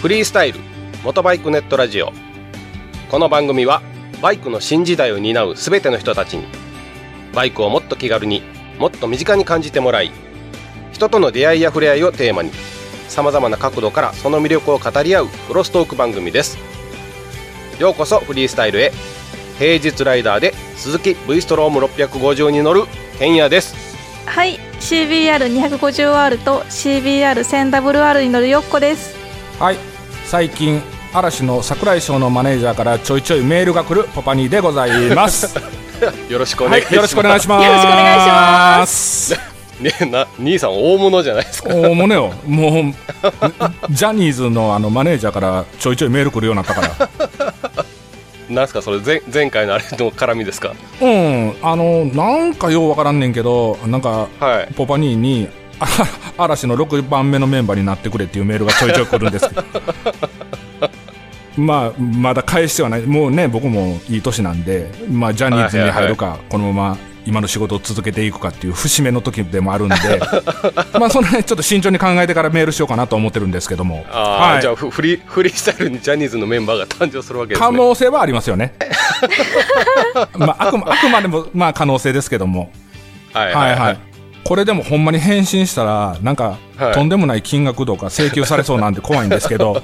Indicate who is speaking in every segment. Speaker 1: フリースタイル元バイクネットラジオこの番組はバイクの新時代を担うすべての人たちにバイクをもっと気軽にもっと身近に感じてもらい人との出会いや触れ合いをテーマにさまざまな角度からその魅力を語り合うクロストーク番組ですようこそフリースタイルへ平日ライダーで鈴木 V ストローム650に乗るケンヤです
Speaker 2: はい CBR250R と CBR1000WR に乗るよっこです
Speaker 3: はい最近嵐の櫻井翔のマネージャーからちょいちょいメールが来るポパニーでございます
Speaker 1: よろしくお
Speaker 3: は
Speaker 1: 願いし
Speaker 3: い
Speaker 1: ます、
Speaker 3: よろしくお願いします
Speaker 2: よろしくお願いします
Speaker 1: ねな兄さん大物じゃないですか
Speaker 3: 大物よもうジャニーズのあのマネージャーからちょいちょいメール来るようになっ たから
Speaker 1: なんすかそれ前前回のあれの絡みですか
Speaker 3: うんあのなんかようわからんねんけどなんか
Speaker 1: はい
Speaker 3: ポパニーにあ嵐の6番目のメンバーになってくれっていうメールがちょいちょい来るんで すけどまあまだ返してはないもうね僕もいい年なんで、まあ、ジャニーズに入るか、このまま今の仕事を続けていくかっていう節目の時でもあるんで まあその辺ちょっと慎重に考えてからメールしようかなと思ってるんですけども
Speaker 1: あー、
Speaker 3: はい
Speaker 1: じゃあフフリーフリースタイルにジャニーズのメンバーが誕生するわけですね
Speaker 3: 可能性はあります よねまああくまあくまでも、まあ、可能性ですけども
Speaker 1: はい
Speaker 3: は
Speaker 1: はいい
Speaker 3: は
Speaker 1: はいい。
Speaker 3: これでもほんまに返信したら、なんか、
Speaker 1: はい
Speaker 3: とんでもない金額とか請求されそうなんで怖いんです けど、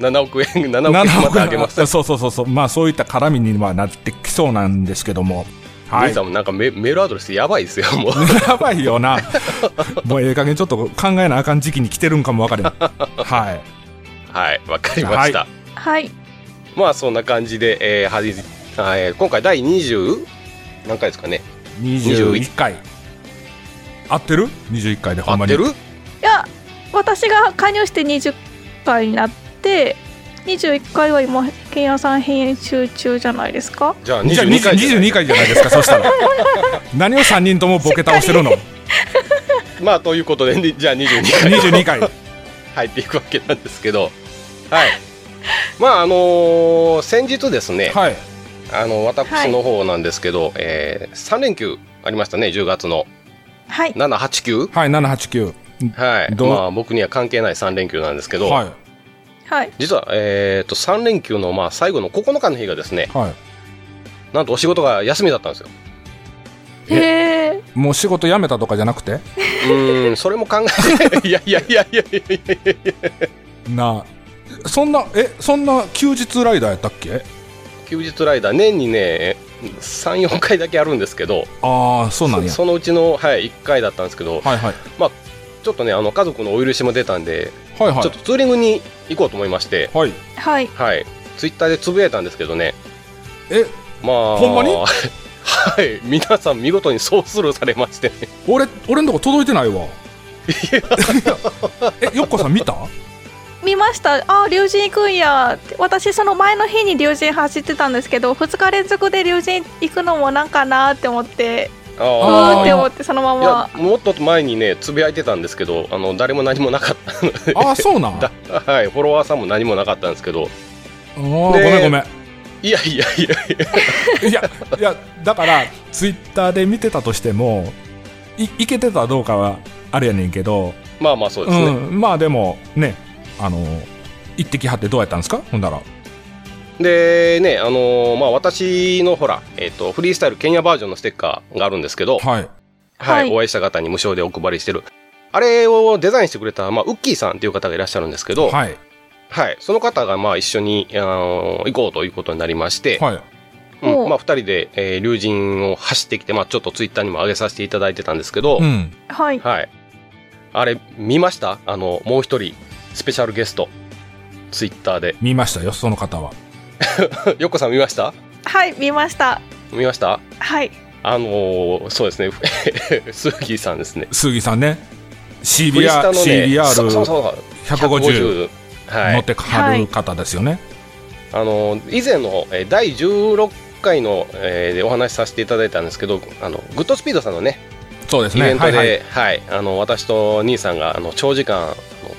Speaker 1: 7億円7億円またあげます、
Speaker 3: 7そうそうそうそう、まあそういった絡みにはなってきそうなんですけども。は
Speaker 1: 兄
Speaker 3: い
Speaker 1: さ。んもなんかメメールアドレスやばいですよもう
Speaker 3: やばいよな。もうええ加減ちょっと考えなあかん時期に来てるんかもわかれん。はい。
Speaker 1: はいわかりました、
Speaker 3: は
Speaker 2: はい
Speaker 1: まあそんな感じで、えーはじあえー今回第20何回ですかね
Speaker 3: 21回。合ってる ?21 回でほ
Speaker 1: 合
Speaker 3: んま
Speaker 1: っ
Speaker 3: に。
Speaker 1: てる
Speaker 2: いや私が加入して20回になって21回は今ケンヤさん編集中じゃないですか
Speaker 1: じゃあ
Speaker 3: じゃあ
Speaker 1: 22回じゃない
Speaker 3: 22回じゃないですか、そし たら。何を3人ともボケ倒してるの
Speaker 1: まあということで にじゃあ22回
Speaker 3: ?22 回。
Speaker 1: 入っていくわけなんですけどはいまああのー先日ですね、
Speaker 3: はい。
Speaker 1: あの私の方なんですけど、え3連休ありましたね10月の
Speaker 2: はい
Speaker 1: 789
Speaker 3: はい、789。
Speaker 1: はい
Speaker 3: どう
Speaker 1: まあ僕には関係ない3連休なんですけど、
Speaker 3: は
Speaker 2: はい
Speaker 1: 実は、えー、と3連休のまあ最後の9日の日がですね
Speaker 3: い。はい。
Speaker 1: なんとお仕事が休みだったんですよ
Speaker 2: へえ
Speaker 3: もう仕事辞めたとかじゃなくて
Speaker 1: うーんそれも考え ていやいやいやいやいやいやいや
Speaker 3: なあそんなえそんな休日ライダーやったっけ
Speaker 1: 休日ライダー年にね34回だけあるんですけど
Speaker 3: ああそうなんや
Speaker 1: そのうちの、はい、1回だったんですけど
Speaker 3: はいはい
Speaker 1: ちょっとねあの家族のお許しも出たんで、
Speaker 3: はいは
Speaker 1: ちょっ
Speaker 3: い
Speaker 1: とツーリングに行こうと思いまして
Speaker 3: はい
Speaker 2: はい
Speaker 1: はいツイッターでつぶやいたんですけどね
Speaker 3: え
Speaker 1: まあ
Speaker 3: ほんまに
Speaker 1: はい皆さん見事にソースルーされましてね
Speaker 3: 俺俺んとこ届いてない わえよっこさん見た
Speaker 2: 見ましたあー龍神行くんやって私その前の日に龍神走ってたんですけど2日連続で龍神行くのもなんかなーって思ってう
Speaker 1: あ
Speaker 3: あー
Speaker 2: ーって思ってそのま
Speaker 1: あい
Speaker 2: ま
Speaker 1: やもっと前にねつぶやいてたんですけどあの誰も何もなかった
Speaker 3: ああそうなんあ
Speaker 1: だはいフォロワーさんも何もなかったんですけど
Speaker 3: ーごめんごめん
Speaker 1: いやいやいやいや
Speaker 3: いやいやだからツイッターで見てたとしてもいいけてたどうかはあれやねんけど
Speaker 1: まあまあそうですね、
Speaker 3: うんまあでもねあの行ってきはってどうやったんですかほんだら
Speaker 1: でねあのーまあ私のほら、えっとフリースタイルケンヤバージョンのステッカーがあるんですけど、は
Speaker 3: はい
Speaker 1: い
Speaker 2: はい
Speaker 1: お会いした方に無償でお配りしてるあれをデザインしてくれた、まあ、ウッキーさんっていう方がいらっしゃるんですけど、はい
Speaker 3: はい
Speaker 1: その方がまあ一緒に、あのー行こうということになりまして、
Speaker 3: はい
Speaker 1: うん
Speaker 2: お
Speaker 1: まあ、2人で、えー、竜神を走ってきて、まあ、ちょっとツイッターにも上げさせていただいてたんですけど、
Speaker 3: うん
Speaker 2: はい
Speaker 1: はい、あれ見ましたあのもう一人スペシャルゲストツイッターで
Speaker 3: 見ましたよその方は
Speaker 1: よっこさん見ました
Speaker 2: はい見ました
Speaker 1: 見ました
Speaker 2: はい
Speaker 1: あのーそうですね スーギーさんですね
Speaker 3: 鈴木さんね
Speaker 1: フリスタのね
Speaker 3: CBR150
Speaker 1: そうそうそうそうは
Speaker 3: 乗っ
Speaker 1: い
Speaker 3: てはる方ですよね、
Speaker 1: あのー以前のえー第16回の、えーでお話しさせていただいたんですけどあのグッドスピードさんのね
Speaker 3: そうです
Speaker 1: イ
Speaker 3: ね
Speaker 1: ベント
Speaker 3: はいはい
Speaker 1: で、はいあの私と兄さんがあの長時間あの、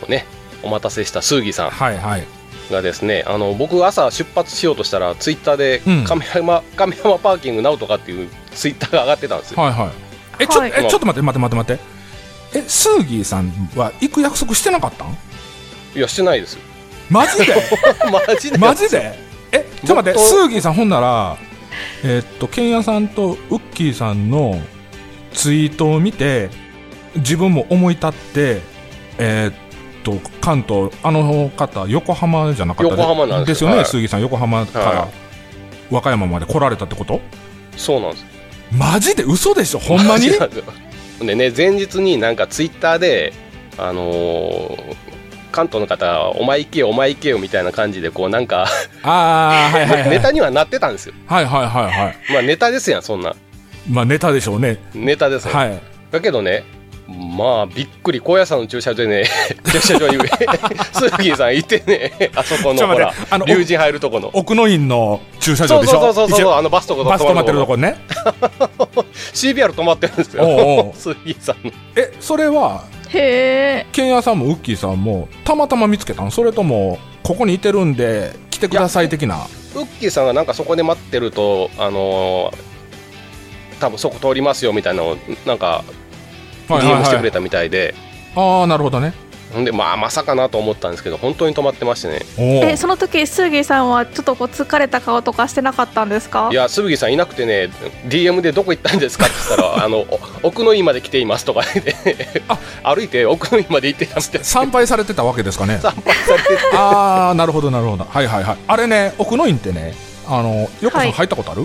Speaker 1: ね、お待たせしたスーギーさ
Speaker 3: はいはい
Speaker 1: んがですねあの僕、朝出発しようとしたらツイッターで
Speaker 3: うん
Speaker 1: 亀山,、亀山パーキングなおとかっていうツイッターが上がってたんですよ。
Speaker 3: はいはいえちょ,、
Speaker 2: はい
Speaker 3: えちょっと待って待って待って待ってえスーギーさんは行く約束してなかったん
Speaker 1: いやしてないですよ
Speaker 3: マジで
Speaker 1: マジで
Speaker 3: マジでえちょっと待
Speaker 1: も
Speaker 3: って
Speaker 1: っと
Speaker 3: スーギーさんほんならえーっとケンヤさんとウッキーさんのツイートを見て自分も思い立ってえーっと関東あの方横浜じゃなかった
Speaker 1: 横浜なんで
Speaker 3: で
Speaker 1: す
Speaker 3: す
Speaker 1: よ
Speaker 3: よね、
Speaker 1: はい
Speaker 3: スーギーさん横浜から、
Speaker 1: は
Speaker 3: 和歌山まで来られたってこと
Speaker 1: そうなんです
Speaker 3: マジで嘘でしょほんまに
Speaker 1: マジなんですよでね前日になんかツイッターであのー関東の方はお前行けよお前行けよみたいな感じでこうなんか
Speaker 3: ああはいはいはい
Speaker 1: ネタにはなってたんですよ
Speaker 3: はいはいはいはい
Speaker 1: まあネタですやんそんな
Speaker 3: まあネタでしょうね
Speaker 1: ネタですよ
Speaker 3: はい
Speaker 1: だけどねまあびっくり高野山の駐車場でね 駐車場にスーギーさんいて ねあそこ
Speaker 3: ち
Speaker 1: のほ
Speaker 3: ょ待って
Speaker 1: ら
Speaker 3: あの
Speaker 1: 龍神入るとこの
Speaker 3: 奥の院の駐車
Speaker 1: そ
Speaker 3: 場
Speaker 1: う
Speaker 3: でしょ
Speaker 1: そうそうそう
Speaker 3: 一
Speaker 1: そう
Speaker 3: 応
Speaker 1: あのバスとか
Speaker 3: バス止まってるとこね
Speaker 1: CBR 止まってるんですよ
Speaker 3: おうおう
Speaker 1: スーギーさんの
Speaker 3: えそれは
Speaker 2: へえ
Speaker 3: ケンヤさんもウッキーさんもたまたま見つけたんそれともここにいてるんで来てください的な
Speaker 1: ウッキーさんがなんかそこで待ってるとあのー多分そこ通りますよみたいなのをなんか DM してくれたみたいで、
Speaker 3: ああなるほどね
Speaker 1: ほんでまあまさかなと思ったんですけど本当に止まってましてね
Speaker 3: お
Speaker 2: え
Speaker 3: ー
Speaker 2: その時スーギーさんはちょっとこう疲れた顔とかしてなかったんですか
Speaker 1: いや、すぶぎさんいなくてね、DM でどこ行ったんですかって言ったら、 あのお奥の院まで来ていますとか言って、 歩いて奥の院まで行ってたって、
Speaker 3: 参拝されてたわけですかね
Speaker 1: 散歩されてて
Speaker 3: ああなるほどなるほどはいはいはいあれね奥の院ってねあのよくさ
Speaker 2: は
Speaker 3: ん
Speaker 2: い
Speaker 3: 入ったことある、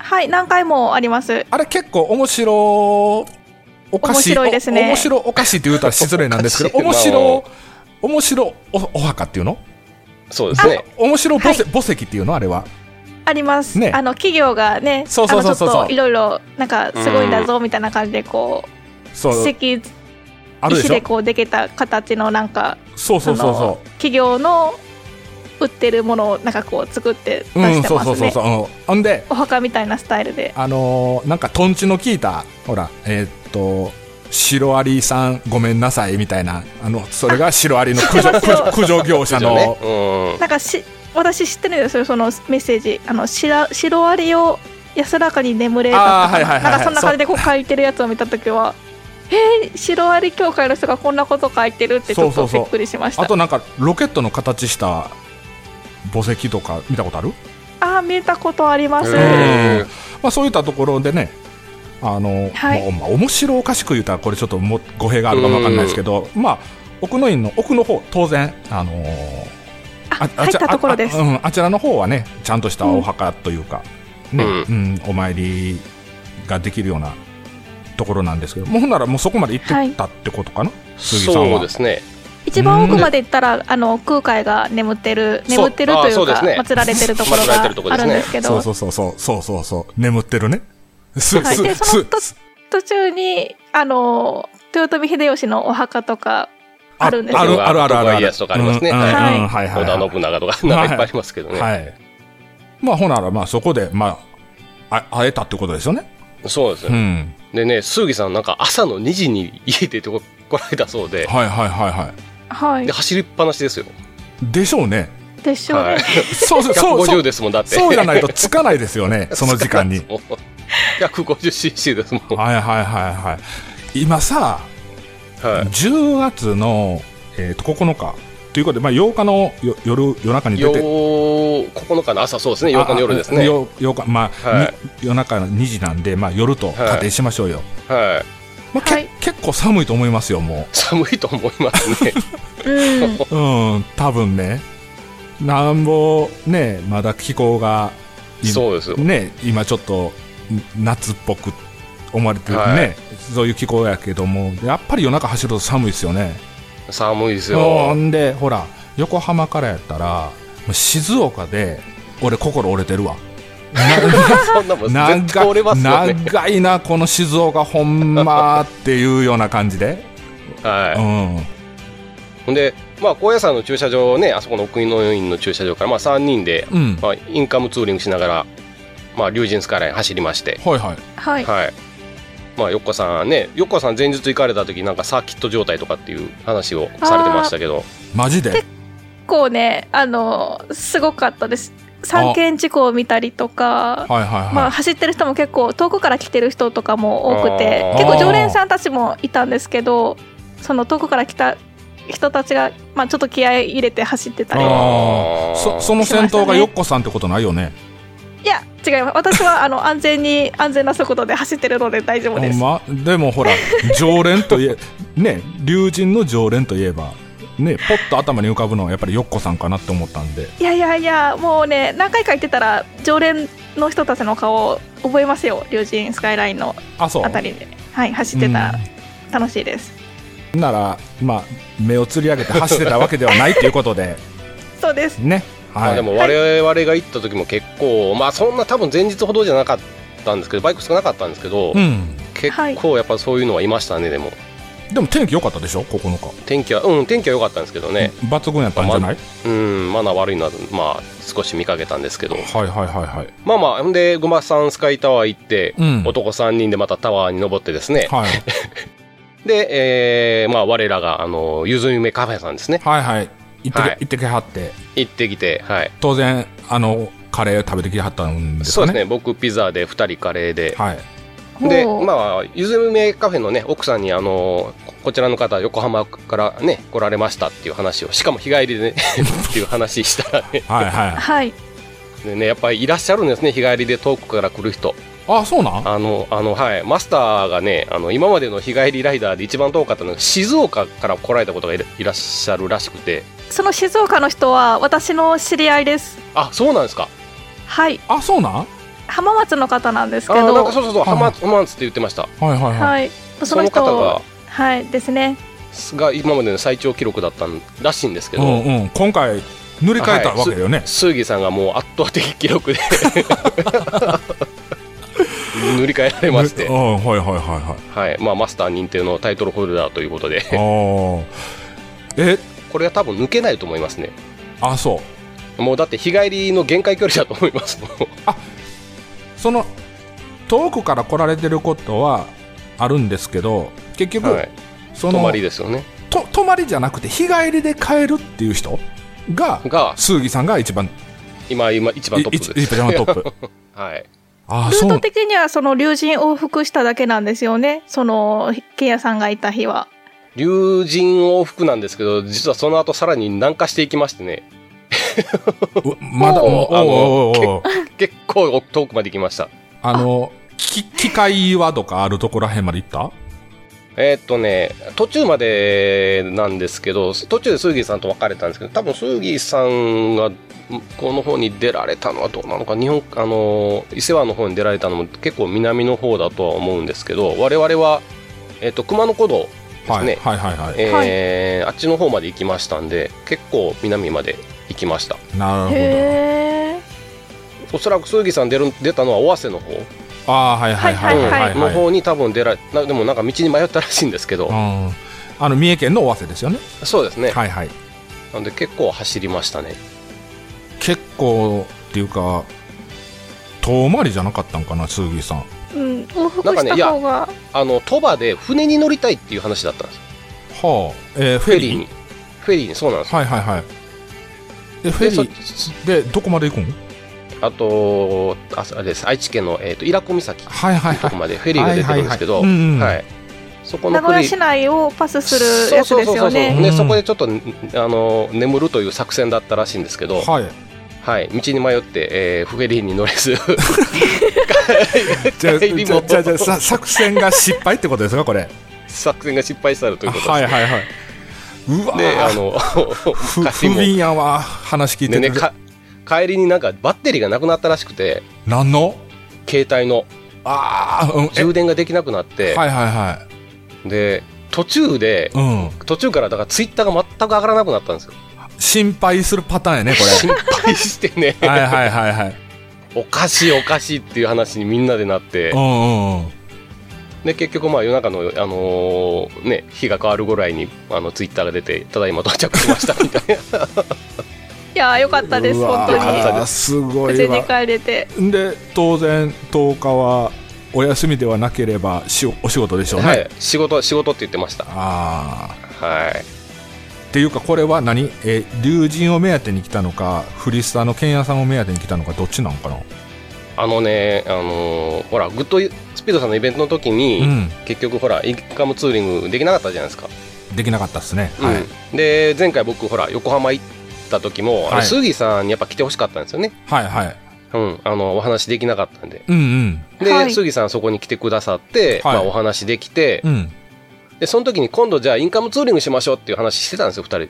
Speaker 2: はい何回もあります
Speaker 3: あれ結構面白おかしい
Speaker 2: 面白いですね
Speaker 3: お面白おかしいって言うたら失礼なんですけど
Speaker 1: お
Speaker 3: 面
Speaker 1: か しいまあ
Speaker 3: 白面白おお墓っていうの
Speaker 1: そうですね、
Speaker 3: お面白墓石,、
Speaker 2: は
Speaker 3: 墓石っていうのあれは
Speaker 2: あります、
Speaker 3: ね
Speaker 2: あの企業がね
Speaker 3: そうそうそうそうそう
Speaker 2: あのちょっといろいろなんかすごいんだぞみたいな感じでこう
Speaker 3: そう
Speaker 2: 石
Speaker 3: あるで
Speaker 2: 石
Speaker 3: しょ
Speaker 2: でこうできた形のなんか
Speaker 3: そうそうそう
Speaker 2: あ
Speaker 3: そ
Speaker 2: の企業の売ってるものをなんかこう作って
Speaker 3: う
Speaker 2: 出
Speaker 3: う
Speaker 2: し
Speaker 3: ん
Speaker 2: て
Speaker 3: そう
Speaker 2: ま
Speaker 3: そう
Speaker 2: す
Speaker 3: そう
Speaker 2: ね
Speaker 3: そううんほんで
Speaker 2: お墓みたいなスタイルで
Speaker 3: あのーなんかとんちの効いたほらえーっとシロアリさんごめんなさいみたいなあのそれがシロアリの駆除
Speaker 2: そう
Speaker 3: 駆除駆除業者
Speaker 1: そうですよ
Speaker 3: の
Speaker 1: ね
Speaker 2: なんかし私知ってるんですよそのメッセージあのしらシロアリを安らかに眠れだったかな,、
Speaker 3: あーはいはいはいはい
Speaker 2: なんかそんな感じでこう書いてるやつを見た時はえー、シロアリ協会の人がこんなこと書いてるってちょっ
Speaker 3: そう
Speaker 2: と
Speaker 3: そうそう
Speaker 2: びっくりしました
Speaker 3: あとなんかロケットの形した墓石とか見たことある
Speaker 2: ああ見えたことありま
Speaker 1: う
Speaker 2: す、
Speaker 1: んへー
Speaker 3: まあ、そういったところでね、あの
Speaker 2: はい
Speaker 3: まあまあ面白おかしく言うたら、これちょっとも語弊があるかもわかんないですけど、まあ、奥の院の奥の方当然、あのー
Speaker 2: あ
Speaker 3: あ
Speaker 2: 入
Speaker 3: ち
Speaker 2: っ
Speaker 3: ら
Speaker 2: たところです
Speaker 3: ああうんあちらの方はね、ちゃんとしたお墓というか、ね
Speaker 1: う
Speaker 3: うんお参りができるようなところなんですけど、もうほんならもうそこまで行ってたってことかな、杉さん
Speaker 1: そ
Speaker 3: は
Speaker 1: うですね、
Speaker 2: 一番奥まで行ったら、あの空海が眠ってる
Speaker 3: そう
Speaker 2: 眠ってるとい
Speaker 1: あーそううで
Speaker 2: か
Speaker 1: すね
Speaker 2: 祀られてるところ
Speaker 1: 祀られてるとこ
Speaker 2: が
Speaker 1: で
Speaker 2: あ
Speaker 1: す
Speaker 2: る
Speaker 1: ね
Speaker 2: んですけど
Speaker 3: そうそうそうそうそうそうそう眠ってるね。す
Speaker 2: はい
Speaker 3: す
Speaker 2: でその
Speaker 3: す
Speaker 2: と途中にあの豊臣秀吉のお墓とかあるんですよ
Speaker 3: あるあるあるあ
Speaker 1: 徳
Speaker 3: る
Speaker 1: 川家康とかありますね
Speaker 3: うんうん
Speaker 2: はい
Speaker 3: うんはいはい
Speaker 1: 織
Speaker 3: はい
Speaker 1: 田信長とか、なんかいっぱいありますけどね、
Speaker 3: はい。まあ、ほなら、まあ、そこで、まあ、あ会えたってことですよね。
Speaker 1: そうですよ、
Speaker 3: うん。
Speaker 1: でね、すぐぎさん、なんか朝の2時に家出てこ来られたそうで。
Speaker 3: はいはいはいは
Speaker 2: はい
Speaker 1: で走りっぱなしですよ。
Speaker 3: い。でしょうね。
Speaker 2: でしょうね、
Speaker 1: はい、
Speaker 3: そうそうそう。そ
Speaker 1: 150
Speaker 3: う
Speaker 1: ですもんだって。
Speaker 3: そうじゃないとつかないです よね、その時間に。
Speaker 1: もう 150cc ですもん。は
Speaker 3: はいはいはいはい。今さ、
Speaker 1: い。
Speaker 3: 10月の、えー、と9日ということで、まあ、8日のよ夜夜中に出
Speaker 1: よ
Speaker 3: て。
Speaker 1: う9日の朝、そうですね、8日の夜です
Speaker 3: ああ
Speaker 1: ね。
Speaker 3: よ8日、まあ、
Speaker 1: はい
Speaker 3: に夜中の2時なんで、まあ、夜と仮定しましょうよ。
Speaker 1: はい、
Speaker 3: まあけ
Speaker 2: はい
Speaker 3: 結構寒いと思いますよ、もう。
Speaker 1: 寒いと思います ね。
Speaker 2: うん
Speaker 3: うん、多分ね、なんぼね、まだ気候がい
Speaker 1: そうですよ。
Speaker 3: ね、今ちょっとん夏っぽく思われてるね、
Speaker 1: はい
Speaker 3: そういう気候やけども、やっぱり夜中走ると寒いですよね。
Speaker 1: 寒いです
Speaker 3: ほ
Speaker 1: よ。
Speaker 3: んで、ほら、横浜からやったら、もう静岡で、俺、心折れてるわ。
Speaker 1: そんなもん
Speaker 3: 長
Speaker 1: 絶対折れますよね。
Speaker 3: 長いな、この静岡、ほんまっていうような感じで。う
Speaker 1: は
Speaker 3: ん
Speaker 1: い。ほんで、まあ高野山の駐車場をね、あそこの奥の院の駐車場からまあ3人で、
Speaker 3: うん、
Speaker 1: まあインカムツーリングしながら、まあ龍神スカイライン走りまして、
Speaker 3: はいはい。
Speaker 2: はい、
Speaker 1: はい。まあ、よっこさんね、よっこさん前日行かれた時なんかサーキット状態とかっていう話をされてましたけど、
Speaker 3: マジで
Speaker 2: で結構ねあのすごかったです三件事故を見たりとか
Speaker 3: はいはいはい。
Speaker 2: まあ、走ってる人も結構遠くから来てる人とかも多くて
Speaker 1: あー
Speaker 2: 結構常連さんたちもいたんですけどその遠くから来た人たちが、まあ、ちょっと気合い入れて走ってたり
Speaker 3: ああそその先頭がよっこさんってことないよね
Speaker 2: いや違います私はあの安全に安全な速度で走ってるので大丈夫
Speaker 3: ほ
Speaker 2: で
Speaker 3: ん
Speaker 2: す
Speaker 3: まで もほら常連といえね龍神の常連といえばねポッと頭に浮かぶのはやっぱりよっこさんかなって思ったんで
Speaker 2: いやいやいやもうね何回か行ってたら常連の人たちの顔を覚えますよ龍神スカイラインの
Speaker 3: あそう
Speaker 2: あたりで、はい、走ってたら
Speaker 3: うん
Speaker 2: 楽しいです、
Speaker 3: なら、まあ、目をつり上げて走ってたわけではないということで、
Speaker 2: そうです
Speaker 3: ね。
Speaker 1: ま
Speaker 3: は
Speaker 1: あ、
Speaker 3: い。
Speaker 1: でも我々が行った時も結構、まあそんな多分前日ほどじゃなかったんですけどバイク少なかったんですけど、
Speaker 3: うん。
Speaker 1: 結構やっぱそういうのはいましたねでも
Speaker 3: でも天気良かったでしょ、9日。
Speaker 1: 天気はうん天気は良かったんですけどね
Speaker 3: 抜群やったんじゃない、
Speaker 1: うんマナー悪いのはまあ少し見かけたんですけど
Speaker 3: はいはいはいはい。
Speaker 1: まあまあほんでごまさんスカイタワー行って、
Speaker 3: うん
Speaker 1: 男3人でまたタワーに登ってですね
Speaker 3: はい。
Speaker 1: で、えーまあ我らがあのゆずゆめカフェさんですね
Speaker 3: はいはい。行ってけ、
Speaker 1: はい
Speaker 3: 行ってけはって、
Speaker 1: 行ってきてはい
Speaker 3: 当然、あの、カレー食べてきはったんです
Speaker 1: そう
Speaker 3: かね。
Speaker 1: ですね僕ピザで2人カレーで、
Speaker 3: はい。
Speaker 1: で
Speaker 2: もう
Speaker 1: まあゆずゆめカフェのね奥さんにあのここちらの方横浜からね来られましたっていう話をしかも日帰りでね っていう話したらね
Speaker 3: はいはい。
Speaker 2: はい
Speaker 1: でねやっぱりいらっしゃるんですね日帰りで遠くから来る人
Speaker 3: あ、そうなん
Speaker 1: あのあのはいマスターがねあの今までの日帰りライダーで一番遠かったのが静岡から来られたことがいらいらっしゃるらしくて
Speaker 2: その静岡の人は私の知り合いです
Speaker 1: あそうなんですか
Speaker 2: はい
Speaker 3: あ、そうなんはい
Speaker 2: 浜松の方なんです
Speaker 1: あ
Speaker 2: け
Speaker 1: ーなん
Speaker 2: ど
Speaker 1: かそうそうそう
Speaker 3: はい
Speaker 1: 浜松浜松って言ってました
Speaker 3: はいはい。
Speaker 2: はいその人
Speaker 1: その方が
Speaker 2: はいですね
Speaker 1: が今までの最長記録だったんらしいんですけ
Speaker 3: う
Speaker 1: ど、
Speaker 3: んうん。今回、塗り替えたわけだよね。
Speaker 1: スーギさんがもう圧倒的記録で 塗り替えられまし
Speaker 3: う
Speaker 1: て、
Speaker 3: ん、はいはいはいはい。
Speaker 1: はいまあ、マスター認定のタイトルホルダーということで
Speaker 3: ああ。え、
Speaker 1: これは多分抜けないと思いますね
Speaker 3: あ、そう。
Speaker 1: もうだって日帰りの限界距離だと思いますもん
Speaker 3: その遠くから来られてることはあるんですけど結局、
Speaker 1: はい、
Speaker 3: その
Speaker 1: 泊まりですよね
Speaker 3: と泊まりじゃなくて日帰りで帰るっていう人が
Speaker 1: が
Speaker 3: 鈴木さんが一番
Speaker 1: 今今一番トップ
Speaker 3: いい
Speaker 1: で
Speaker 3: 一
Speaker 1: す
Speaker 3: 番ト ップ
Speaker 1: はい
Speaker 3: ああ
Speaker 2: ル
Speaker 3: そ
Speaker 2: ー
Speaker 3: う
Speaker 2: ト的にはその竜神往復しただけなんですよねそのケイヤさんがいた日は
Speaker 1: 龍神往復なんですけど実はその後さらに南下していきましてね
Speaker 3: うまだ
Speaker 2: おー
Speaker 3: おー
Speaker 1: あの
Speaker 3: おーおーおー
Speaker 1: 結構遠くまで行きました
Speaker 3: あのき機械岩とかあるところらへんまで行った
Speaker 1: えーっとね途中までなんですけど途中でスーギーさんと別れたんですけど多分スーギーさんがんこの方に出られたのはどうなのか日本あの伊勢湾の方に出られたのも結構南の方だとは思うんですけど我々は、えーっと熊野古道です
Speaker 3: はい、
Speaker 1: ね、
Speaker 3: はいはいはい
Speaker 1: えーあっちの方まで行きましたんで結構南まで行きました
Speaker 3: なる
Speaker 2: へえ
Speaker 1: おそらくスーギーさん出る出たのは尾鷲の方、
Speaker 3: ほどああはいはいはいはいはい、
Speaker 1: うんの方に多分出られなでもなんか道に迷ったらしいんですけど、
Speaker 3: うんあの三重県の尾鷲ですよね
Speaker 1: そうですね、
Speaker 3: はいはい
Speaker 1: なんで結構走りましたね
Speaker 3: 結構っていうか遠回りじゃなかったんかな鈴木さん
Speaker 2: うん往復
Speaker 1: なんか
Speaker 2: し
Speaker 1: ね
Speaker 2: た方が、
Speaker 1: あの鳥羽で船に乗りたいっていう話だったんです
Speaker 3: はあ、えーフ
Speaker 1: フ
Speaker 3: ェ
Speaker 1: ェ
Speaker 3: リ
Speaker 1: リー
Speaker 3: ー
Speaker 1: にフェリーにそうなんです
Speaker 3: はいはいはいえフェリ
Speaker 1: で
Speaker 3: ーでどこまで行くん
Speaker 1: そあとああれです愛知県の、えー、と伊良湖岬の
Speaker 3: はいはい
Speaker 1: と
Speaker 3: は
Speaker 1: こ
Speaker 3: い
Speaker 1: までフェリーが出てるんですけど
Speaker 3: はいはいはいうんうん
Speaker 1: はいそこの
Speaker 2: 名
Speaker 1: フ
Speaker 2: 古
Speaker 1: ェ
Speaker 2: 屋
Speaker 1: リ
Speaker 2: 市
Speaker 1: ー
Speaker 2: 内をパスするやつですよ
Speaker 3: う
Speaker 2: ね
Speaker 1: で
Speaker 3: うん
Speaker 1: そこでちょっとあの眠るという作戦だったらしいんですけど、
Speaker 3: はい
Speaker 1: はい、道に迷って、えーフェリーに乗れず
Speaker 3: じゃあ
Speaker 1: 帰り
Speaker 3: じゃ
Speaker 1: も
Speaker 3: あじゃあじゃあさ作戦が失敗ってことですかこれ
Speaker 1: 作戦が失敗 したるということです、
Speaker 3: はいはいはいうわ
Speaker 1: であ
Speaker 3: ー
Speaker 1: の
Speaker 3: ふ
Speaker 1: 帰
Speaker 3: 不
Speaker 1: りも
Speaker 3: 憫やわ話聞い
Speaker 1: で
Speaker 3: て
Speaker 1: ね
Speaker 3: て、
Speaker 1: か帰りになんかバッテリーがなくなったらしくて
Speaker 3: 何の
Speaker 1: 携帯の
Speaker 3: ああうんえ
Speaker 1: 充電ができなくなって、
Speaker 3: はいはいは
Speaker 1: で途中で
Speaker 3: いうん
Speaker 1: 途中からだからツイッターが全く上がらなくなったんですよ
Speaker 3: 心配するパターンやねこ
Speaker 1: 心配してね
Speaker 3: れはいはいはいはい
Speaker 1: おかしいおかしいっていう話にみんなでなって
Speaker 3: うんうんうん
Speaker 1: で結局まあ夜中の、あのーね、日が変わるぐらいにあのツイッターが出てただいま到着しましたみた いな
Speaker 2: いやーよかったです
Speaker 3: う
Speaker 2: 本
Speaker 3: わ
Speaker 2: 当
Speaker 3: ー
Speaker 2: に
Speaker 1: よかったです
Speaker 3: ご
Speaker 2: 無
Speaker 3: い
Speaker 2: 事に
Speaker 3: わ
Speaker 2: 帰れて
Speaker 3: で当然10日はお休みではなければしおお仕事でしょうね、
Speaker 1: はい、仕事仕事って言ってました
Speaker 3: ああ
Speaker 1: はい
Speaker 3: っていうかこれは何えー龍神を目当てに来たのかフリスタの剣屋さんを目当てに来たのかどっちなのかな
Speaker 1: あのね、あのーほらグッドスピードさんのイベントの時に、
Speaker 3: うん
Speaker 1: 結局ほらインカムツーリングできなかったじゃないですか
Speaker 3: できなかったですね、
Speaker 1: うん
Speaker 3: はい
Speaker 1: で前回僕ほら横浜行った時も、あの
Speaker 3: はい
Speaker 1: 杉さんにやっぱ来てほしかったんですよね、
Speaker 3: はいはい
Speaker 1: うん、あのお話できなかったんで
Speaker 3: うんうん
Speaker 1: で、
Speaker 2: はい
Speaker 1: 杉さんそこに来てくださって、
Speaker 3: はい
Speaker 1: まあ、お話できて、
Speaker 3: うん
Speaker 1: でその時に今度じゃあインカムツーリングしましょうっていう話してたんですよ2人で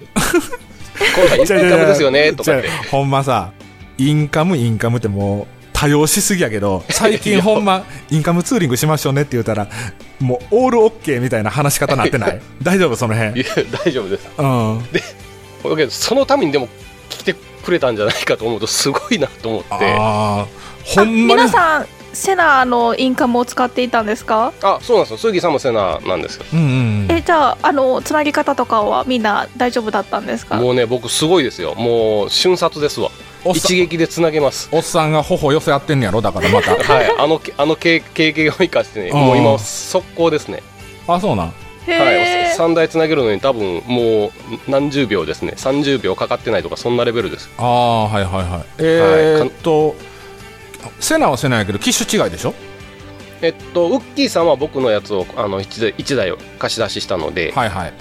Speaker 1: 今度はインカムですよねとかって
Speaker 3: じゃあほんまさインカムインカムってもう多用しすぎやけ ど最
Speaker 1: い
Speaker 3: 近
Speaker 1: や
Speaker 3: ほんまインカムツーリングしましょうねって言うたらもうオールオッケーみたいな話し方なってない 大丈夫その辺
Speaker 1: いや大丈夫です
Speaker 3: うん
Speaker 1: だけどそのためにでも来てくれたんじゃないかと思うとすごいなと思ってあ
Speaker 3: ああ
Speaker 2: あ
Speaker 3: ほんま
Speaker 2: 皆
Speaker 3: に
Speaker 2: さんセナのインカムを使っていたんですか
Speaker 1: そうなんですよ杉さんもセナなんですよ
Speaker 3: うんうん
Speaker 2: えじゃああのつなぎ方とかはみんな大丈夫だったんですか
Speaker 1: もうね僕すごいですよもう瞬殺ですわ
Speaker 3: おっさ
Speaker 1: 一撃でつなげます
Speaker 3: おっさんが頬寄せ合ってんねやろだか らまた
Speaker 1: はいあのけあの経経験を生かしてね
Speaker 3: あー
Speaker 1: もう今速攻ですね
Speaker 3: あそうなん
Speaker 2: へ
Speaker 1: はい
Speaker 2: え、
Speaker 1: 3台つなげるのに多分もう何十秒ですね30秒かかってないとかそんなレベルです
Speaker 3: ああはいはいはいえー、っとセナはセナやけど機種違いでしょ
Speaker 1: えっとウッキーさんは僕のやつをあの 1, 台一台を貸し出ししたので、
Speaker 3: はいはい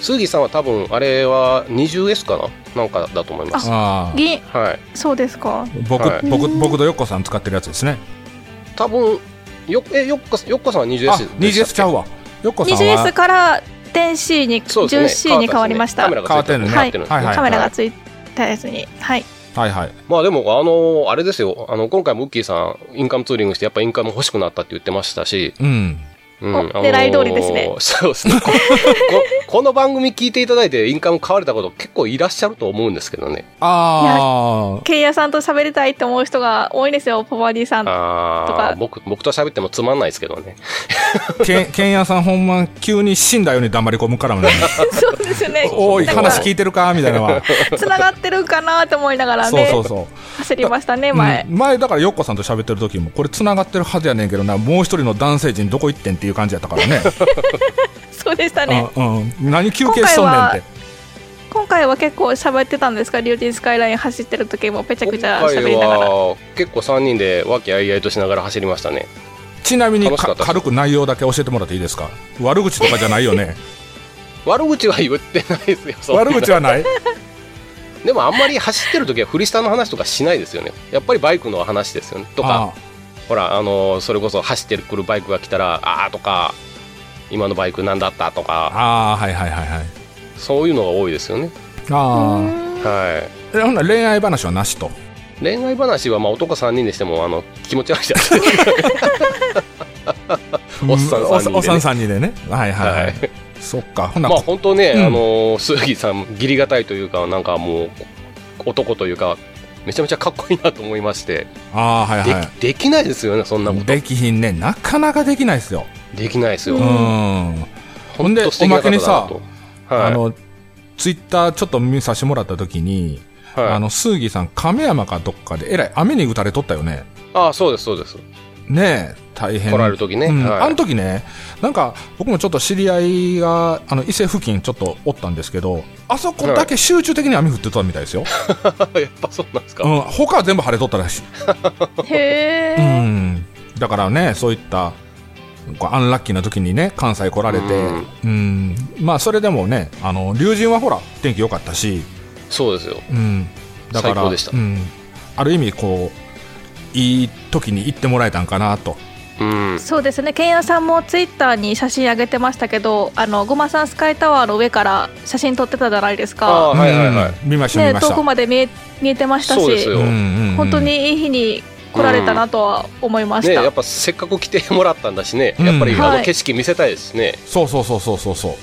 Speaker 1: 杉さんは多分あれは 20S かななんかだと思います
Speaker 3: ああ
Speaker 2: 銀
Speaker 1: はい
Speaker 2: そうですか
Speaker 3: 僕、
Speaker 1: はい
Speaker 3: 僕僕とヨッコさん使ってるやつですね
Speaker 1: 多分よえよっこよっこさんは 20S で
Speaker 3: あ
Speaker 1: したっけ
Speaker 3: 20S ちゃうわヨッコさんは
Speaker 2: 20S から電 C に
Speaker 1: そうですね
Speaker 2: 10C に変わりました
Speaker 1: カメラがついてる
Speaker 2: 変
Speaker 1: 変わ
Speaker 2: わ
Speaker 1: っ
Speaker 2: ってて
Speaker 1: る
Speaker 2: る
Speaker 1: んですね
Speaker 3: はい
Speaker 2: カメラがついたやつにはい
Speaker 3: はいはい
Speaker 1: まあでも、あのあれですよ、あの、今回もウッキーさん、インカムツーリングして、やっぱインカム欲しくなったって言ってましたし、
Speaker 3: うん
Speaker 1: うん
Speaker 2: お
Speaker 1: あの
Speaker 2: 狙い通りですね
Speaker 1: そうですね。こここの番組聞いていただいて、インカム買われたこと結構いらっしゃると思うんですけどね。
Speaker 3: あ
Speaker 2: ケイヤさんと喋りたいって思う人が多いですよポバディさんと
Speaker 1: ああ
Speaker 2: か、
Speaker 1: 僕、僕と喋ってもつまんないですけどね。
Speaker 3: あけんけんやさんほんま急に死んだように黙り込むからね
Speaker 2: そうですよね
Speaker 3: おい
Speaker 2: なんか
Speaker 3: 話聞いてるかみたいなのは
Speaker 2: つながってるかなと思いながら
Speaker 3: そう
Speaker 2: ね
Speaker 3: そうそう
Speaker 2: 走りましたね前
Speaker 3: うん、前だからヨッコさんと喋ってる時もこれ繋がってるはずやねんけどなもう一人の男性陣どこ行ってんっていう感じやったからね
Speaker 2: そうでしたね
Speaker 3: うんうん、何休憩しとんねんって
Speaker 2: 今回は結構喋ってたんですか竜神スカイライン走ってる時もぺちゃく
Speaker 1: 今
Speaker 2: ちゃ
Speaker 1: 回
Speaker 2: 喋りながら
Speaker 1: は、結構3人で和気あいあいとしながら走りましたね。
Speaker 3: ちなみに
Speaker 1: 楽しか
Speaker 3: か
Speaker 1: ったです
Speaker 3: 軽く内容だけ教えてもらっていいですか悪口とかじゃないよね
Speaker 1: 悪口は言ってないです よ、そんな
Speaker 3: 悪口はない
Speaker 1: でもあんまり走ってる時はフリスタの話とかしないですよね。やっぱりバイクの話ですよね。とか、ほら、あのそれこそ走ってくるバイクが来たら、ああとか、今のバイクなんだったと
Speaker 3: あー
Speaker 1: か、
Speaker 3: あーはいはいはいはい
Speaker 1: そういうのが多いですよね。
Speaker 2: う
Speaker 3: あ
Speaker 2: ーん
Speaker 1: は
Speaker 3: あほんなら恋愛話はなしと
Speaker 1: い。恋愛話は、まあ、男3人でしても、あの、気持ち悪いじゃないですか。 おっさん三人でね
Speaker 3: うおっさん三人でねはいはいはい、
Speaker 1: はい
Speaker 3: そっかほんなら
Speaker 1: まあ、本当ね、
Speaker 3: うん
Speaker 1: あの杉さん、義理がたいというか、なんかもう、男というか、めちゃめちゃかっこいいなと思いまして、
Speaker 3: ああーはい
Speaker 1: で
Speaker 3: はい
Speaker 1: きできないですよね、そんなこと。
Speaker 3: できひんねなかなかできないですよ
Speaker 1: できないですよ。
Speaker 3: う
Speaker 2: うんん、
Speaker 3: ほんで
Speaker 1: 本当素敵な方だなと
Speaker 3: おま
Speaker 1: はい、
Speaker 3: あのツイッターちょっと見させてもらった時に、
Speaker 1: はい、
Speaker 3: あのスーギーさん亀山かどっかでえらい雨に打たれとったよね
Speaker 1: ああそうですそうです
Speaker 3: ねえ大変
Speaker 1: 来られる時ね、
Speaker 3: うん
Speaker 1: はい
Speaker 3: あの時ねなんか僕もちょっと知り合いがあの伊勢付近ちょっとおったんですけどあそこだけ集中的に雨降ってたみたいですよ、
Speaker 1: やっぱそうなんですか、
Speaker 3: うん、他は全部晴れとったらしい
Speaker 2: へえ、
Speaker 3: うん、だからねそういったこうアンラッキーな時にね関西来られて、うんまあそれでもねあの龍神はほら天気良かったし、
Speaker 1: そうですよ
Speaker 3: うん、だから
Speaker 1: 最高でした
Speaker 3: うん、ある意味こういい時に行ってもらえたんかなと
Speaker 1: うん
Speaker 2: そうですねけんやさんもツイッターに写真上げてましたけどあのごまさんスカイタワーの上から写真撮ってたじゃないです
Speaker 1: あ
Speaker 2: か
Speaker 1: あはいはいはい、
Speaker 3: うん見ました見
Speaker 2: ね
Speaker 3: ました、
Speaker 2: 遠くまで見え見えてました
Speaker 1: そうです
Speaker 2: し、
Speaker 1: よ
Speaker 3: うんうん
Speaker 2: 本当にいい日に来られたなとは思いまし
Speaker 1: ね
Speaker 2: た、
Speaker 1: やっぱせっかく来てもらったんだしね、
Speaker 3: うん
Speaker 1: やっぱりあ
Speaker 2: は
Speaker 1: の
Speaker 2: い
Speaker 1: 景色見せたいですね、
Speaker 3: そうそうそうそうそうそう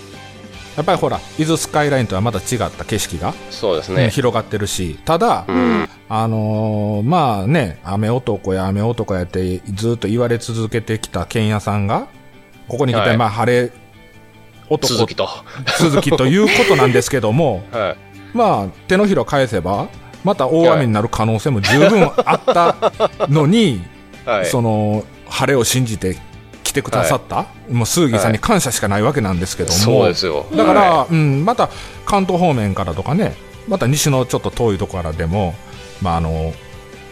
Speaker 3: やっぱりほら伊豆スカイラインとはまた違った景色が、
Speaker 1: そうです
Speaker 3: うん
Speaker 1: ね、
Speaker 3: 広がってるしただ、
Speaker 1: うん
Speaker 2: ん
Speaker 3: あのーまあね、雨男や雨男やってずっと言われ続けてきた剣屋さんが、ここに来て、
Speaker 1: はい
Speaker 3: まあ晴れ男
Speaker 1: 続きと、、
Speaker 3: 続きということなんですけども
Speaker 1: は
Speaker 3: まあ手のひら返せば、また大雨になる可能性も十分あったのに、
Speaker 1: いはい、
Speaker 3: その晴れを信じて来てくださった、もうスーギーさんに感謝しかないわけなんですけども、
Speaker 1: そうですよ
Speaker 3: だから、
Speaker 1: は
Speaker 3: うん、また関東方面からとかね、また西のちょっと遠いところからでも、まあ、あの、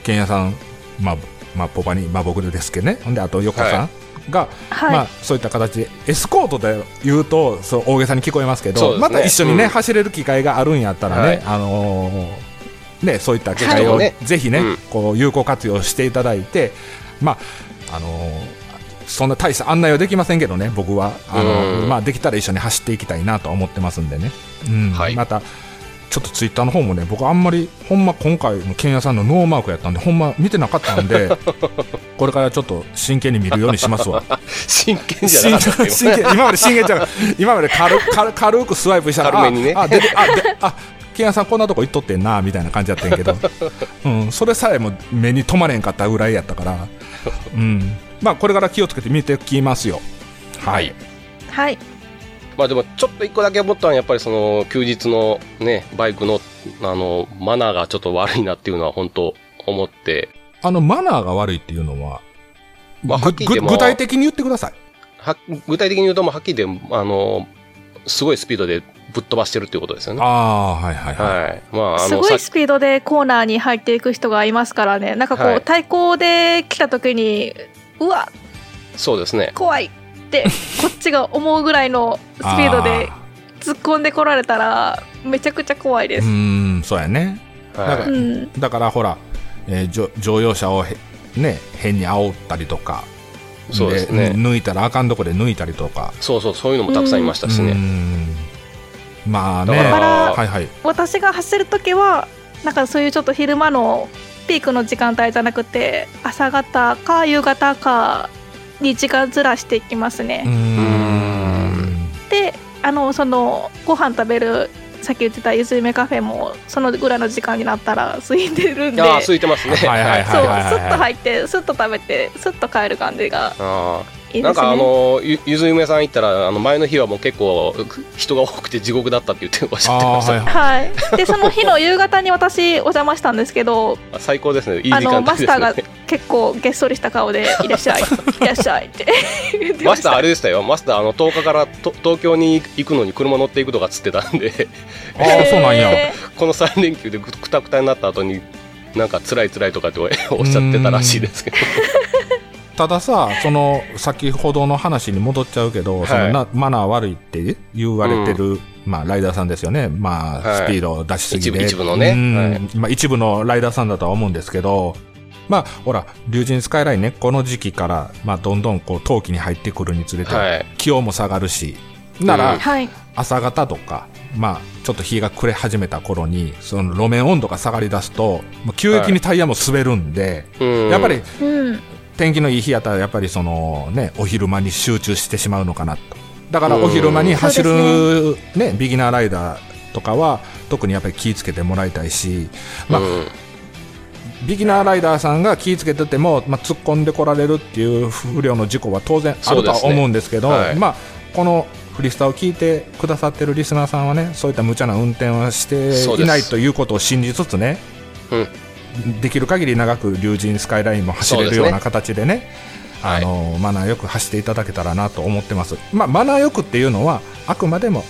Speaker 3: けんやさん、まあ、まあ、ポパに、まあ、僕ですけどね、ほんで、あと、横さんが、
Speaker 2: はい
Speaker 3: まあ、そういった形でエスコートで言うとそう大げさに聞こえますけ
Speaker 1: そう
Speaker 3: ど
Speaker 1: ですね
Speaker 3: また一緒にね、
Speaker 1: うん
Speaker 3: 走れる機会があるんやったらね、
Speaker 1: はい
Speaker 3: あのーね、そういった機会
Speaker 1: はい
Speaker 3: を
Speaker 1: ね
Speaker 3: ぜひね、
Speaker 1: うん
Speaker 3: こう有効活用していただいて、まああのーそんな大した案内はできませんけどね、僕は、あのー
Speaker 1: うん
Speaker 3: まあ、できたら一緒に走っていきたいなとは思ってますんでね、うん
Speaker 1: はい
Speaker 3: またちょっとツイッターの方もね、僕、あんまり、ほんま今回のケンヤさんのノーマークやったんで、ほんま見てなかった んで、これからちょっと真剣に見るようにしますわ。
Speaker 1: 真剣じゃなかった
Speaker 3: 真剣真剣今まで真剣じゃなかった今まで軽く軽軽くスワイプしたら、
Speaker 1: 軽めにね
Speaker 3: ああであであケンヤさん、こんなとこ行っとってんなみたいな感じやったんや けど、うん、それさえも目に留まれんかったぐらいやったから、うんまあ、これから気をつけて見てきますよ。はい、
Speaker 2: はい
Speaker 1: まあでもちょっと一個だけ思ったのはやっぱりその休日のねバイクのあのマナーがちょっと悪いなっていうのは本当思って
Speaker 3: あのマナーが悪いっていうのは、
Speaker 1: まあはっきり言って
Speaker 3: ぐ
Speaker 1: も
Speaker 3: 具体的に言ってください。
Speaker 1: は具体的に言うともうはっきりであのすごいスピードでぶっ飛ばしてるっていうことですよね。
Speaker 3: ああー、はいはいはい。
Speaker 1: はい。まああ
Speaker 2: す
Speaker 1: の
Speaker 2: ご
Speaker 1: さ
Speaker 2: いスピードでコーナーに入っていく人がいますからねなんかこう、
Speaker 1: はい
Speaker 2: 対向で来た時にうわ
Speaker 1: そうですね。
Speaker 2: 怖いってこっちが思うぐらいのスピードで
Speaker 3: あ
Speaker 2: 突っ込んでこられたらめちゃくちゃ怖い
Speaker 3: ー。
Speaker 2: で
Speaker 3: う
Speaker 2: す。
Speaker 3: ーん、そうやね。
Speaker 1: は
Speaker 2: う
Speaker 1: い。
Speaker 2: ん、
Speaker 3: だからほら、えー乗乗用車をへね、変に煽ったりとか、
Speaker 1: そうですね
Speaker 3: 抜いたらあかんとこで抜いたりとか。
Speaker 1: そうそうそういうのもたくさんいましたし
Speaker 3: う
Speaker 1: ね。
Speaker 3: ーんまあね。
Speaker 1: だか
Speaker 2: だから
Speaker 1: ら
Speaker 3: はいはい。
Speaker 2: 私が走る時はなんかそういうちょっと昼間のピークの時間帯じゃなくて朝方か夕方かに時間ずらしていきますね。
Speaker 3: うーん。
Speaker 2: であのそのご飯食べるさっき言ってたゆずゆめカフェもそのぐらいの時間になったら空いてるんで
Speaker 1: ああ
Speaker 2: そ
Speaker 1: 空
Speaker 2: う
Speaker 1: いてますね。
Speaker 3: はいはいは
Speaker 2: ス
Speaker 3: いはいはい
Speaker 2: ッと入ってスッと食べてスッと帰る感じが
Speaker 1: ああ
Speaker 2: いいですね
Speaker 1: なんかあのゆゆずゆめさん行ったらあの前の日はもう結構人が多くて地獄だったって言っておっしゃってました、
Speaker 3: あーはいはい
Speaker 2: はいでその日の夕方に私お邪魔したんですけど
Speaker 1: 最高ですねいい時
Speaker 2: あ
Speaker 1: 間
Speaker 2: の
Speaker 1: 帯
Speaker 2: マ
Speaker 1: です
Speaker 2: ス
Speaker 1: ね
Speaker 2: ターが結構げっそりした顔で「いらっし ゃいいらっしゃい」って言って
Speaker 1: マ
Speaker 2: ま
Speaker 1: ス
Speaker 2: し
Speaker 1: ターあ
Speaker 2: た
Speaker 1: れでしたよマスターあの10日からと東京に行くのに車乗っていくとかっつってたんで
Speaker 3: ああ、そうなんや。
Speaker 2: へ
Speaker 1: この3連休でぐくたくたになった後になんか辛い辛いとかっておおっ しゃってたらしいですけど
Speaker 3: たださ、その、先ほどの話に戻っちゃうけど、
Speaker 1: はい
Speaker 3: そのなマナー悪いって言われてる、まあ、ライダーさんですよね。まあ、
Speaker 1: はい
Speaker 3: スピードを出しすぎで。
Speaker 1: 一部一部のね
Speaker 3: うん
Speaker 1: はい
Speaker 3: まあ、一部のライダーさんだとは思うんですけど、まあ、ほら、竜神スカイラインね、この時期から、まあ、どんどんこう、冬季に入ってくるにつれて、
Speaker 1: はい
Speaker 3: 気温も下がるし、な
Speaker 1: う
Speaker 3: ら
Speaker 1: ん、
Speaker 2: はい
Speaker 3: 朝方とか、まあ、ちょっと日が暮れ始めた頃に、その路面温度が下がり出すと、もう急激にタイヤも滑るんで、
Speaker 1: うん
Speaker 3: やっぱり、
Speaker 2: うん
Speaker 3: 天気のいい日やったらやっぱりそのねお昼間に集中してしまうのかなとだから
Speaker 1: うん
Speaker 3: お昼間に走る、
Speaker 2: そ
Speaker 3: ねビギナーライダーとかは特にやっぱり気ぃつけてもらいたいし、まあ
Speaker 1: うん
Speaker 3: ビギナーライダーさんが気ぃつけてても、まあ、突っ込んでこられるっていう不良の事故は当然あるとは
Speaker 1: そうですね
Speaker 3: 思うんですけど
Speaker 1: はい
Speaker 3: まあ、このフリスタを聞いてくださってるリスナーさんはねそういった無茶な運転はして
Speaker 1: そうで
Speaker 3: い
Speaker 1: す
Speaker 3: ないということを信じつつね
Speaker 1: うん
Speaker 3: できる限り長く竜神スカイラインも走れるような形でね
Speaker 1: はい
Speaker 3: あのマナーよく走っていただけたらなと思ってます、まあ、マナーよくっていうのはあくまでも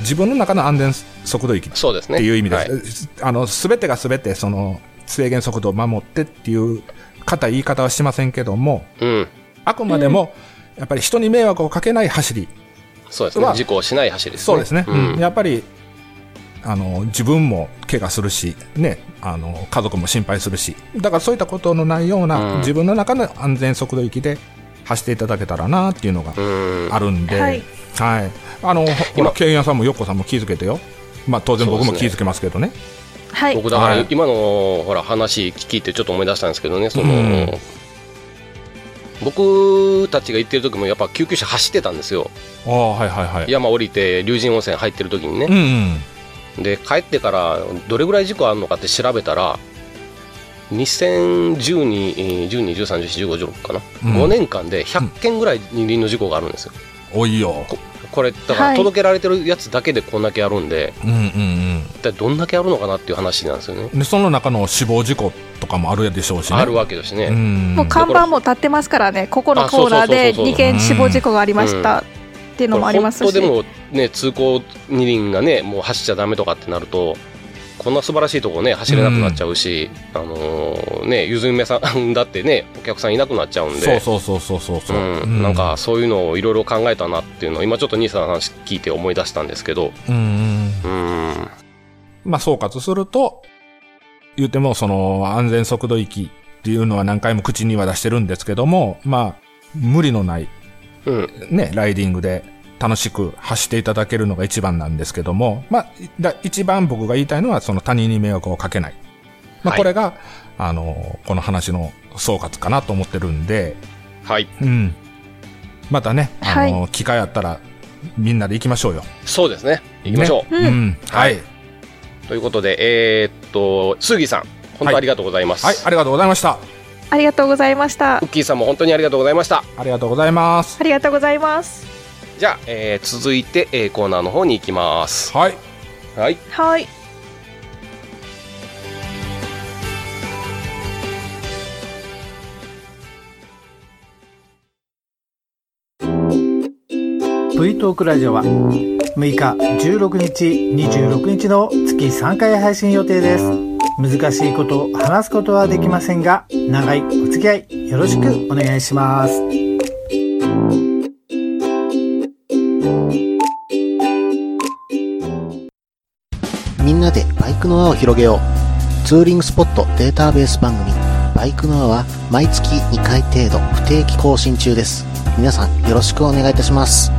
Speaker 3: 自分の中の安全速度域っ
Speaker 1: そうですね
Speaker 3: ていう意味です、
Speaker 1: はい
Speaker 3: あの全てが全てその制限速度を守ってっていう硬い言い方はしませんけども
Speaker 1: うん
Speaker 3: あくまでもやっぱり人に迷惑をかけない走り
Speaker 1: そうですね
Speaker 3: まあ
Speaker 1: 事故をしない走りですね
Speaker 3: そうですね、
Speaker 1: うん
Speaker 3: やっぱりあの自分も怪我するし、ね、あの家族も心配するしだからそういったことのないような、
Speaker 1: うん
Speaker 3: 自分の中の安全速度域で走っていただけたらなっていうのが
Speaker 1: うん
Speaker 3: あるんで、
Speaker 2: は
Speaker 3: はい
Speaker 2: い
Speaker 3: あのほほ
Speaker 1: 今
Speaker 3: らケンヤさんもヨッコさんも気づけてよ、まあ、当然僕も気づけますけどね
Speaker 2: はい
Speaker 1: 僕だか
Speaker 3: は
Speaker 1: ら
Speaker 3: い
Speaker 1: 今のほら話聞いてちょっと思い出したんですけどねその、
Speaker 3: うん
Speaker 1: 僕たちが行ってる時もやっぱ救急車走ってたんですよ
Speaker 3: ああはいはいはい
Speaker 1: 山降りて竜神温泉入ってる時に
Speaker 3: うん
Speaker 1: ね、で帰ってからどれぐらい事故あるのかって調べたら2010にえー12、13、14、15、16かな、
Speaker 3: うん
Speaker 1: 5年間で100件ぐらい二輪の事故があるんですよ、
Speaker 3: うん多いよ
Speaker 1: これだか
Speaker 2: は
Speaker 1: ら
Speaker 2: い
Speaker 1: 届けられてるやつだけでこんだけあるんで、
Speaker 3: うんうん
Speaker 1: 一体どんだけあるのかなっていう話なんですよね、
Speaker 3: うんでその中の死亡事故とかもあるでしょうしね
Speaker 1: あるわけだしね、
Speaker 3: うん
Speaker 2: もう看板も立ってますからね、ここのコーナー
Speaker 1: あ
Speaker 2: で
Speaker 1: そうそうそうそう
Speaker 2: 2件死亡事故がありましたっていうのもありますし、
Speaker 1: これ本当でもね通行二輪がねもう走っちゃダメとかってなるとこんな素晴らしいとこね走れなくなっちゃうし、あのーねゆずめさんだってねお客さんいなくなっちゃうんで
Speaker 3: そうそうそうそうそうそう、
Speaker 1: うんなんかそういうのをいろいろ考えたなっていうのを今ちょっと兄さんの話聞いて思い出したんですけど
Speaker 3: うんうん
Speaker 1: うん
Speaker 3: まあ総括すると言ってもその安全速度域っていうのは何回も口には出してるんですけどもまあ無理のない
Speaker 1: うん
Speaker 3: ね、ライディングで楽しく走っていただけるのが一番なんですけども、まあ、だ一番僕が言いたいのは、その他人に迷惑をかけない。ま
Speaker 1: は
Speaker 3: あ、
Speaker 1: い
Speaker 3: これが、あの、この話の総括かなと思ってるんで、
Speaker 1: はい
Speaker 3: うん。またね、あの、
Speaker 2: は
Speaker 3: 機会あったら、みんなで行きましょうよ。
Speaker 1: そうですね行きましょう、
Speaker 2: うん
Speaker 3: はい。はい、
Speaker 1: ということでえーっとスーギーさん本当ありがとうございます、
Speaker 3: ありがとうございました。
Speaker 2: ありがとうございまし
Speaker 1: ウ
Speaker 2: た
Speaker 1: ッキーさんも本当にありがとうございました
Speaker 3: ありがとうございます。
Speaker 2: ありがとうございます
Speaker 1: じゃあ、えー続いて、えーコーナーの方に行きます
Speaker 3: はい。
Speaker 1: はい
Speaker 2: はい
Speaker 4: トイトークラジオは6日、16日、26日の月3回配信予定です。難しいこと、話すことはできませんが、長いお付き合いよろしくお願いします。
Speaker 5: みんなでバイクの輪を広げよう。ツーリングスポットデータベース番組、バイクの輪は毎月2回程度不定期更新中です。皆さんよろしくお願いいたします。